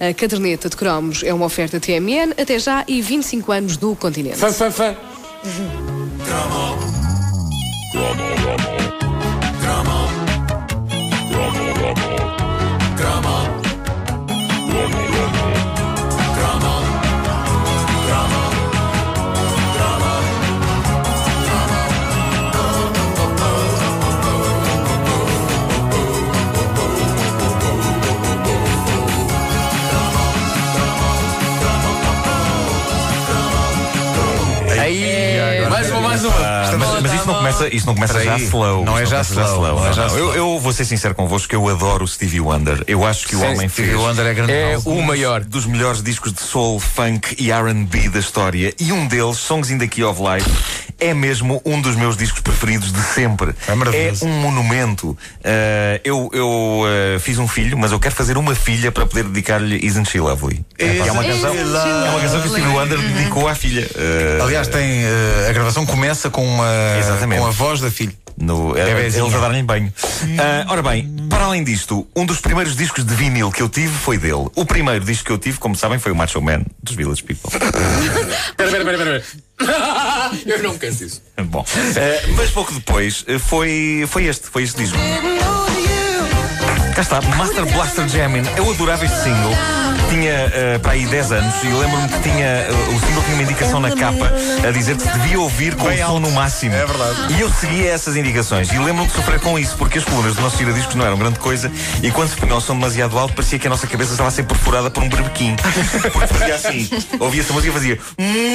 A caderneta de cromos é uma oferta TMN até já e 25 anos do continente. Fã, fã, fã. Mais uma, mais uma. Ah, Mas, mas isso não começa, isso não começa já slow. Não é Isso já começa slow, não é não, já não. slow. Eu, eu vou ser sincero convosco, eu adoro o Stevie Wonder. Eu acho que o Sim, homem Stevie fez Wonder é grande É nome. o maior. dos melhores discos de soul, funk e R&B da história. E um deles, Songs in the Key of Life, é mesmo um dos meus discos preferidos de sempre. É maravilhoso. É um monumento. Ah, eu eu ah, fiz um filho, mas eu quero fazer uma filha para poder dedicar-lhe Isn't She Lovely. É, pá, é uma Isn't canção, She é uma canção que o Stevie Wonder dedicou à filha. Ah, Aliás, tem, eh, a gravação começa com, uma, Exatamente. com a voz da filha. No, é, bebezinho. eles a darem banho. Ah, ora bem, para além disto, um dos primeiros discos de vinil que eu tive foi dele. O primeiro disco que eu tive, como sabem, foi o Macho Man dos Village People. Espera, espera, espera, espera. Eu não me canso disso. Bom, ah, mas pouco depois ah, foi, foi este, foi este disco. Cá está, Master Blaster Jamming. Eu adorava este single. Tinha ah, para aí 10 anos e lembro-me que tinha ah, o single tinha uma indicação na capa a dizer que se devia ouvir com o som no máximo. É verdade. E eu seguia essas indicações e lembro-me de sofrer com isso, porque as colunas do nosso giradiscos não eram grande coisa e quando se punham som demasiado alto parecia que a nossa cabeça estava a ser perfurada por um berbequim. Porque fazia assim. Ouvia-se a música e fazia.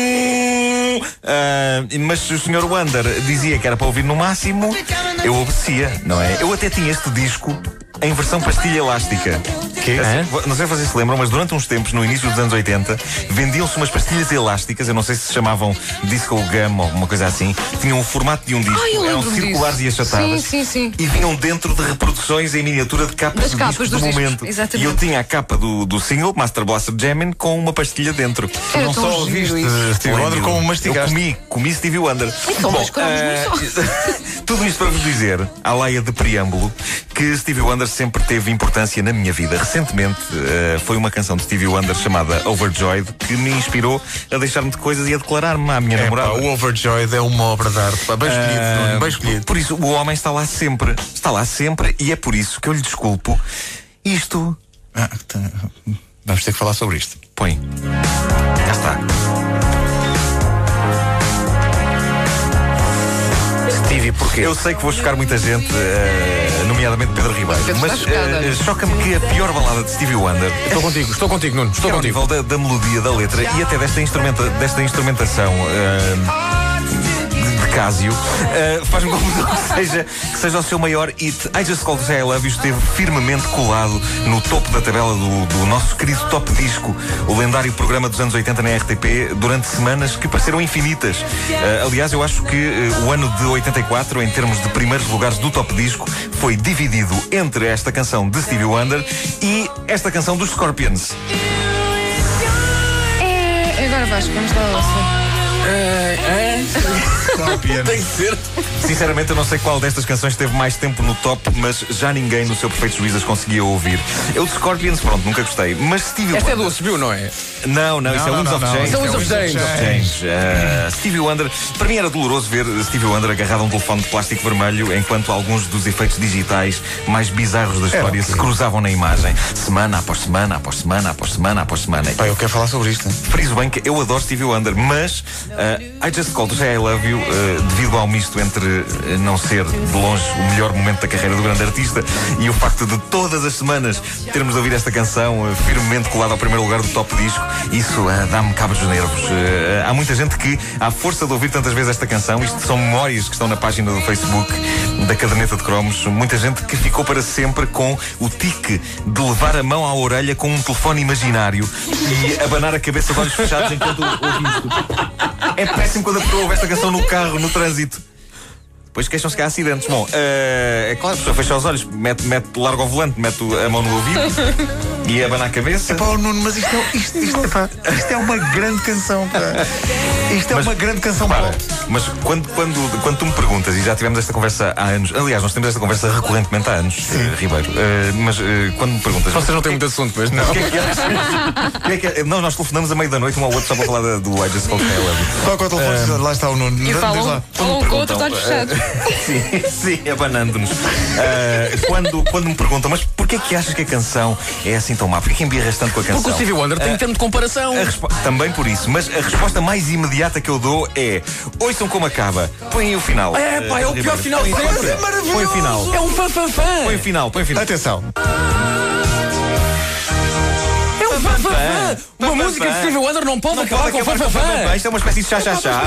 "Hum". Ah, mas o Sr. Wander dizia que era para ouvir no máximo, eu obedecia, não é? Eu até tinha este disco em versão pastilha elástica. Quê? Assim, Hã? não sei se vocês se lembram, mas durante uns tempos, no início dos anos 80, vendiam-se umas pastilhas elásticas, eu não sei se se chamavam disco gum ou alguma coisa assim, tinham o formato de um disco, Ah, eu eram lembro-me circulares disso. e achatadas. Sim, sim, sim. E vinham dentro de reproduções em miniatura de capas Das de capas discos dos do discos, momento. exatamente. E eu tinha a capa do, do single, Master Blaster Jammin', com uma pastilha dentro. Era Não tão só giro ouviste isso. Stevie Wonder, Lembro-me. como Eu mastigaste. É, comi, comi Stevie Wonder. Então, mas cromos, eh, tudo isto para vos dizer, à laia de preâmbulo, que Stevie Wonder sempre teve importância na minha vida. Recentemente eh, foi uma canção de Stevie Wonder chamada Overjoyed que me inspirou a deixar-me de coisas e a declarar-me à minha É, namorada. pá, o Overjoyed é uma obra de arte. pá. Bem escolhido, Ah, Nuno, bem escolhido. Por isso, o homem está lá sempre. Está lá sempre e é por isso que eu lhe desculpo isto. Ah, tá. Vamos ter que falar sobre isto. Põe. Cá está. Stevie, porquê? Eu sei que vou chocar muita gente, eh, nomeadamente Pedro Ribeiro, Pedro mas está chocado. eh, choca-me que a pior balada de Stevie Wonder. Estou contigo, estou contigo, Nuno. Estou que é ao contigo. nível da, da melodia, da letra e até desta, instrumenta, desta instrumentação ah, de, de Casio, ah, faz-me confusão que seja, que seja o seu maior hit. I Just Called to Say I Love You esteve firmemente colado no topo da tabela do, do nosso querido Top Disco, o lendário programa dos anos 80 na RTP, durante semanas que pareceram infinitas. Ah, aliás, eu acho que eh, o ano de 84, em termos de primeiros lugares do Top Disco, foi dividido entre esta canção de Stevie Wonder e esta canção dos Scorpions. É, agora Vasco, vamos lá ouvir. Tem que ser. Sinceramente, eu não sei qual destas canções teve mais tempo no top, mas já ninguém no seu perfeito juízo as conseguia ouvir. Eu de Scorpions, pronto, nunca gostei. Mas Stevie Esta é do Wonder. subiu, não é? Não, não, isso Não, é Winds não, of não, Change. isso é Winds of Change. Ah, Stevie Wonder. Para mim era doloroso ver Stevie Wonder agarrado a um telefone de plástico vermelho enquanto alguns dos efeitos digitais mais bizarros da história se cruzavam na imagem. Semana após semana, após semana, após semana, após semana. Pá, eu quero falar sobre isto. Friso bem que eu adoro Stevie Wonder, mas ah, I Just Called to Say I Love You, ah, devido ao misto entre ah, não ser de longe o melhor momento da carreira do grande artista e o facto de todas as semanas termos de ouvir esta canção ah, firmemente colada ao primeiro lugar do top disco, isso ah, dá-me cabo dos nervos. Ah, há muita gente que, à força de ouvir tantas vezes esta canção, isto são memórias que estão na página do Facebook da caderneta de cromos, muita gente que ficou para sempre com o tique de levar a mão à orelha com um telefone imaginário e abanar a cabeça de olhos fechados enquanto ouve isto. É péssimo quando a pessoa ouve esta canção no carro, no trânsito. Depois queixam-se que há acidentes. Bom, eh, é claro, a pessoa fecha os olhos, mete, mete, larga o volante, mete o- a mão no ouvido e abana a cabeça. Pá, oh, Nuno, mas isto é, isto, isto, pá, isto é uma grande canção, pá. Isto é Mas- uma grande canção, Repara, pá. mas quando, quando, quando tu me perguntas, e já tivemos esta conversa há anos, aliás, nós temos esta conversa recorrentemente há anos, eh, Ribeiro, eh, mas eh, quando me perguntas. Ah, Vocês não têm muito assunto, mas não. O que é que achas? O que é que é- Não, nós telefonamos a meio da noite um ao outro só para falar da- do I Just Called Caleb. Toca o Ah. telefone, lá está o Nuno. E Diz falam lá. falam um com outros olhos fechados. sim, eh, sim, abanando-nos. Eh, quando, quando me perguntam, mas porquê é que achas que a canção é assim tão má? Porquê que embirras tanto com a canção? Porque o Stevie Wonder tem termo de comparação. A respo- Também por isso, mas a resposta mais imediata que eu dou é: ouçam como acaba, põem aí o final. É, pá, é o Eh, Ribeiro. pior final de Põe- sempre. Põe o final. É um fanfanfã. Põe o final, põe o um. final. Atenção. É um fanfanfã. Uma Fanfã. música de Stevie Wonder não pode acabar com Pá, fanfanfã. Isto é uma espécie de chá-chá-chá.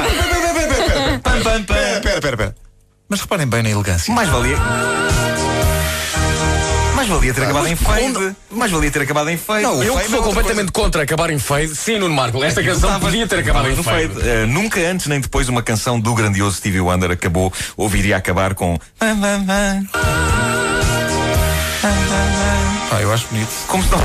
Pam, pam, Pera, pam. pera, pera, pera. Mas reparem bem na elegância. Mais valia. Mais valia ter acabado em fade. Mais valia ter acabado em fade. Não, o Fame Eu que é sou outra completamente contra acabar em fade, sim, Nuno Marco. Esta canção Estava- podia ter acabado em no fade. fade. Eh, nunca antes nem depois uma canção do grandioso Stevie Wonder acabou ou viria a acabar com. Ah, eu acho bonito. Como se não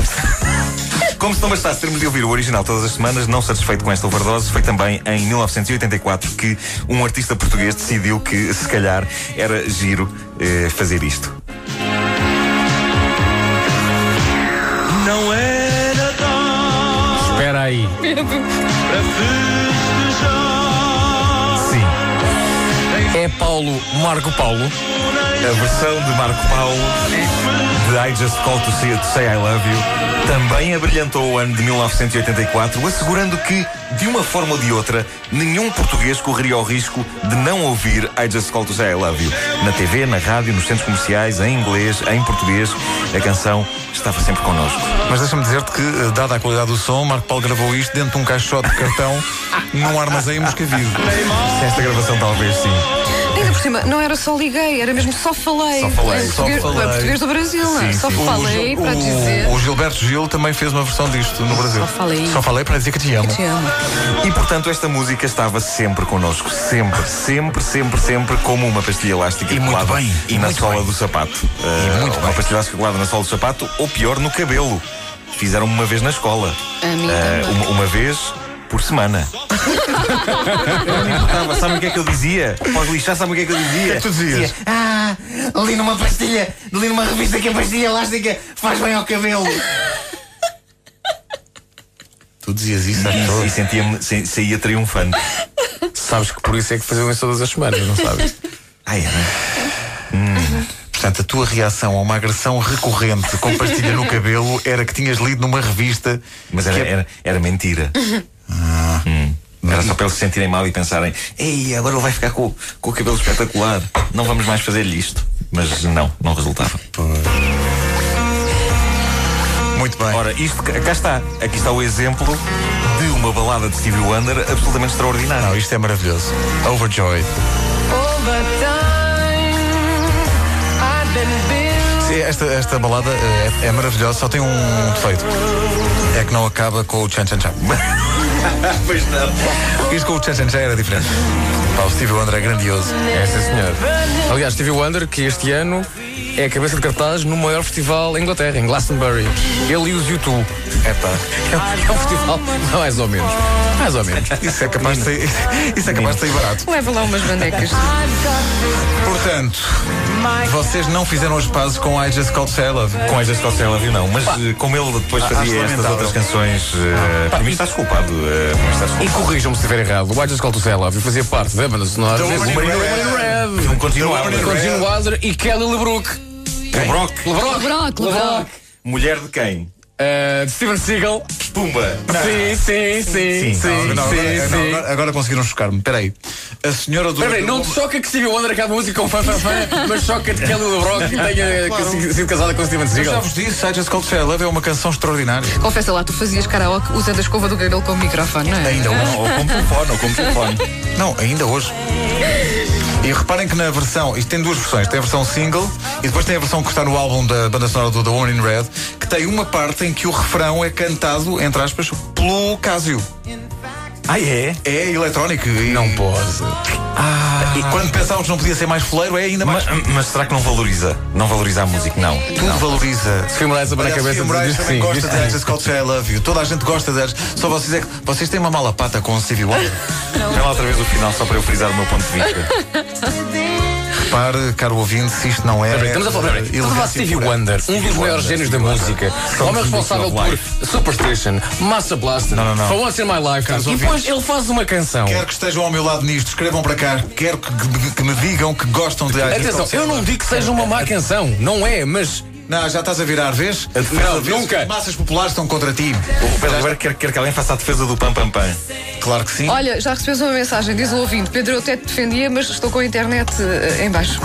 Como se não bastasse termos de ouvir o original todas as semanas, não satisfeito com esta overdose, foi também em 1984 que um artista português decidiu que, se calhar, era giro eh, fazer isto. Não era Espera aí. Sim. É Paulo, Marco Paulo. A versão de Marco Paulo de I Just Call to Say, to Say I Love You também abrilhantou o ano de 1984, assegurando que, de uma forma ou de outra, nenhum português correria o risco de não ouvir I Just Call to Say I Love You. Na TV, na rádio, nos centros comerciais, em inglês, em português, a canção estava sempre connosco. Mas deixa-me dizer-te que, eh, dada a qualidade do som, Marco Paulo gravou isto dentro de um caixote de cartão num armazém em Moscavide. Se esta gravação talvez sim. Ainda por cima, não era só liguei, era mesmo só falei. Só falei, É só português, falei. é português do Brasil, não é? Sim, Só sim. falei O- para dizer. O Gilberto Gil também fez uma versão disto no Brasil. falei. Só falei para dizer que te amo. Te amo. E portanto, esta música estava sempre connosco. Sempre, sempre, sempre, sempre, como uma pastilha elástica E muito colada bem, e na muito sola bem. do sapato. Ah, muito uma bem. pastilha elástica colada na sola do sapato, ou pior, no cabelo. Fizeram uma vez na escola. A mim Ah, também. uma, uma vez por semana. eu não importava, sabem o que é que eu dizia? Pode lixar, sabem o que é que eu dizia? que tu dizias? Dizia, ah, li numa pastilha, li numa revista que a pastilha elástica faz bem ao cabelo. Tu dizias isso às E, e pessoas. sentia-me, sa- saía triunfante. Sabes que por isso é que faziam isso todas as semanas, não sabes? Ai, era. Portanto, a tua reação a uma agressão recorrente com pastilha no cabelo era que tinhas lido numa revista. Mas era, que é- era, era mentira. Hum. Era só para eles se sentirem mal e pensarem: ei, agora ele vai ficar com, com o cabelo espetacular, não vamos mais fazer-lhe isto. Mas não, não resultava. Muito bem. Ora, isto cá cá está. Aqui está o exemplo de uma balada de Stevie Wonder absolutamente extraordinária. Não, isto é maravilhoso. Overjoyed. Sim, esta, esta balada eh, é, é maravilhosa, só tem um defeito. É que não acaba com o Chan Chan Chan. Pois não. Isto com o Chan Chan Chan era diferente. Pá, o Stevie Wonder é grandioso. É, sim, senhor. Aliás, Stevie Wonder, que este ano é a cabeça de cartaz no maior festival em Inglaterra, em Glastonbury. Ele e os YouTube. É pá. É um festival mais ou menos. Mais ou menos. Isso é capaz de sair, isso é capaz de sair barato. Leva lá umas bandecas. Portanto, vocês não fizeram os pazes com I Just Called Say I Love. You. Com estas calças ela viu, não. Mas eh, como ele depois acho fazia estas lamentável. outras canções, eh, para mim estás culpado. eh, para mim estás E culpado. corrijam-me se estiver errado. O I Just Call to Say I Love You fazia parte da banda sonora The Woman in Woman in Red. Red. Não continuava. Red. Continue Wilder e Kelly LeBrook. Brock, LeBrock. LeBrock, LeBrock. mulher de quem? Eh, de Steven Seagal. Pumba. Sim, sim, sim, sim, Sim, sim, Não, agora, não, sim. agora- agora conseguiram chocar-me. Peraí. A senhora do. Espera aí, não te choca que Stevie Wonder acabe a música com fã fã fã, mas choca de Kelly LeBrock que tenha que- sido casada com Eu Steven já Seagal. vos disse, I Just Called Say I Love You é uma canção extraordinária. Confessa lá, tu fazias karaoke usando a escova do Gabriel como microfone, não é? Ainda hoje. Ou como telefone, ou como telefone. Não, ainda hoje. E reparem que na versão, isto tem duas versões, tem a versão single e depois tem a versão que está no álbum da banda sonora do The One in Red, que tem uma parte em que o refrão é cantado, entre aspas, pelo Casio. Ah, é? É eletrónico e Ah. Não pode. E quando pensávamos que não podia ser mais foleiro, é ainda mais. Mas, mas será que não valoriza? Não valoriza a música? Não. Tudo valoriza. Sofia Moraes abana a Aliás, cabeça Sofia Moraes diz que também sim. gosta diz que de sim. I Just Called to Say I Love You. Toda a gente gosta deles. Só vocês é que. Vocês têm uma mala pata com o Stevie Wonder. Vem lá outra vez o final só para eu frisar o meu ponto de vista. Repare, caro ouvinte, se isto não é. Peraí, Estamos a falar, peraí, estamos a falar de elegância Stevie pura. Wonder, um dos maiores génios da música, o homem responsável por Superstition, Massa Blaster, Não, não, não. For Once in My Lifetime. E depois ele faz uma canção. Quero que estejam ao meu lado nisto. Escrevam para cá. Quero que, que me digam que gostam de I Just Atenção, Called to Say eu I não Love digo que seja uma má canção, não é, mas You. Não, já estás a virar, vês? Não, Vês, nunca. As massas populares estão contra ti. O Pedro Ribeiro quer, quer que alguém faça a defesa do Pam Pam Pam. Claro que sim. Olha, já recebes uma mensagem, diz o ouvinte. Pedro, eu até te defendia, mas estou com a internet eh, em baixo.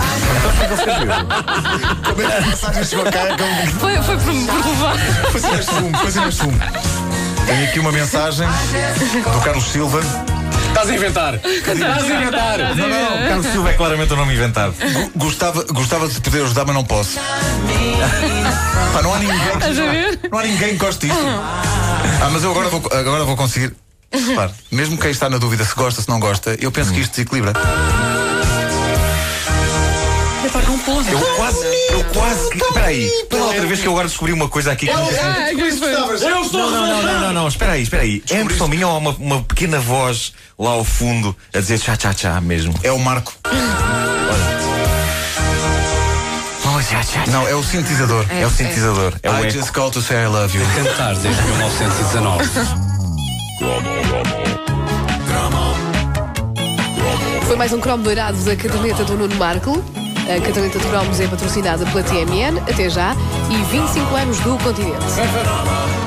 Como é que a mensagem chegou cá? Como- Foi, foi por me provar. Fazer sumo, fazer sumo. Tenho aqui uma mensagem do Carlos Silva. estás a inventar. Estás a inventar. Não, não, Carlos Silva é claramente um nome inventado. Go- Gostava, gostava de poder ajudar, mas não posso. Pá, não há ninguém. Estás a ver? Não há ninguém que goste disto. Ah, mas eu agora vou, agora vou conseguir. Repare, mesmo quem está na dúvida se gosta, se não gosta, eu penso que isto desequilibra. Eu quase, eu quase que. Espera aí, pela outra vez que eu agora descobri uma coisa aqui É que não Ah, que foi? Eu Não, estou não, não, não, não, não, espera aí, espera aí. É impressão minha ou há uma, uma pequena voz lá ao fundo a dizer tchá tchá tchá mesmo? É o Marco. Oh, tchá, tchá. Não, é o sintetizador. É o sintetizador, é o I eco. just call to say I love you. cantar desde 1919. Foi mais um cromo dourado da caderneta do Nuno Marco. A caderneta de cromos é patrocinada pela TMN, até já, e 25 anos do continente.